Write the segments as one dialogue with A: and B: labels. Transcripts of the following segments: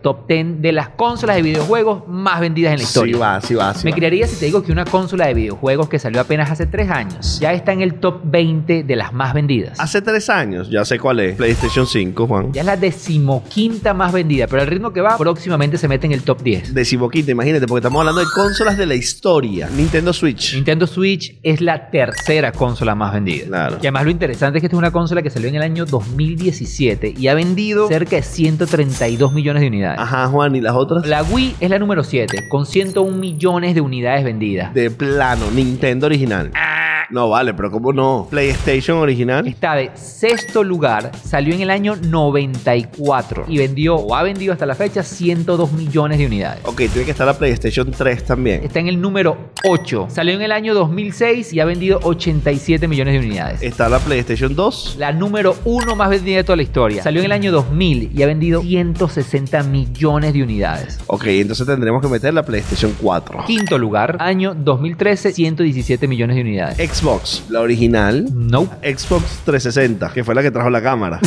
A: top 10 de las consolas de videojuegos más vendidas en la
B: Sí
A: historia.
B: va, sí va, sí
A: Me
B: va.
A: creería si te digo que una consola de videojuegos que salió apenas hace 3 años ya está en el top 20 de las más vendidas.
B: Hace tres años, ya sé cuál es. PlayStation 5, Juan.
A: Ya es la decimoquinta más vendida, pero al ritmo que va, próximamente se mete en el top 10.
B: Decimoquinta, imagínate, porque estamos hablando de consolas de la historia. Nintendo Switch.
A: Nintendo Switch es la tercera consola más vendida.
B: Claro.
A: Y además lo interesante es que esta es una consola que salió en el año 2017 y ha vendido cerca de 132 millones de unidades.
B: Ajá, Juan, ¿y las otras?
A: La Wii es la número 7, con 101 millones de unidades vendidas.
B: De plano, Nintendo original.
A: Ah.
B: No, vale, pero ¿cómo no? PlayStation original.
A: Está de sexto lugar, salió en el año 94 y vendió o ha vendido hasta la fecha 102 millones de unidades.
B: Ok, tiene que estar la PlayStation 3 también.
A: Está en el número 8, salió en el año 2006 y ha vendido 87 millones de unidades.
B: Está la PlayStation 2.
A: La número 1 más vendida de toda la historia, salió en el año 2000 y ha vendido 160 millones de unidades.
B: Ok, entonces tendremos que meter la PlayStation 4.
A: Quinto lugar, año 2013, 117 millones de unidades.
B: Xbox, la original.
A: No,
B: Xbox 360, que fue la que trajo la cámara.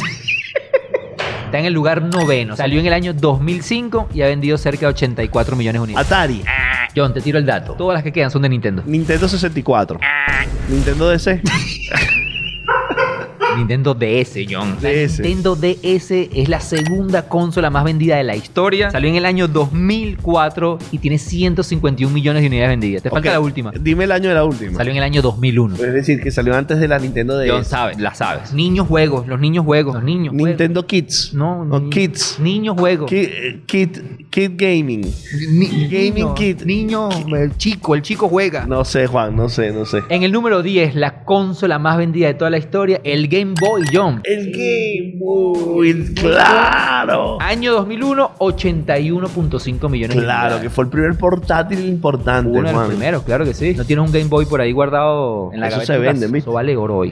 A: está en el lugar noveno, salió en el año 2005 y ha vendido cerca de 84 millones de unidades.
B: Atari.
A: John, te tiro el dato. Todas las que quedan son de Nintendo.
B: Nintendo 64. Nintendo DC.
A: Nintendo DS, John. La
B: DS.
A: Nintendo DS es la segunda consola más vendida de la historia. Salió en el año 2004 y tiene 151 millones de unidades vendidas. Te falta
B: Ok,
A: la última.
B: Dime el año de la última.
A: Salió en el año 2001.
B: Es decir, que salió antes de la Nintendo DS.
A: John sabe, la sabes. Niños juegos, los niños juegos, los niños juegos.
B: Nintendo Kids.
A: No,
B: O
A: ni-
B: Kids.
A: Niños juegos.
B: Ki- eh, Kid, Kid Gaming.
A: Ni-
B: Gaming
A: niño,
B: Kid.
A: Niño, el chico, el chico juega.
B: No sé, Juan, no sé, no sé.
A: En el número 10, la consola más vendida de toda la historia, el Game Boy, John.
B: El Game Boy, claro.
A: Año 2001, 81.5 millones de
B: Claro, que
A: unidades.
B: fue el primer portátil importante,
A: Uno de los
B: Juan.
A: primeros, claro que sí. No tienes un Game Boy por ahí guardado en la
B: Eso
A: gaveta
B: se
A: de tu
B: vende,
A: casa?
B: ¿viste?
A: Eso vale oro hoy.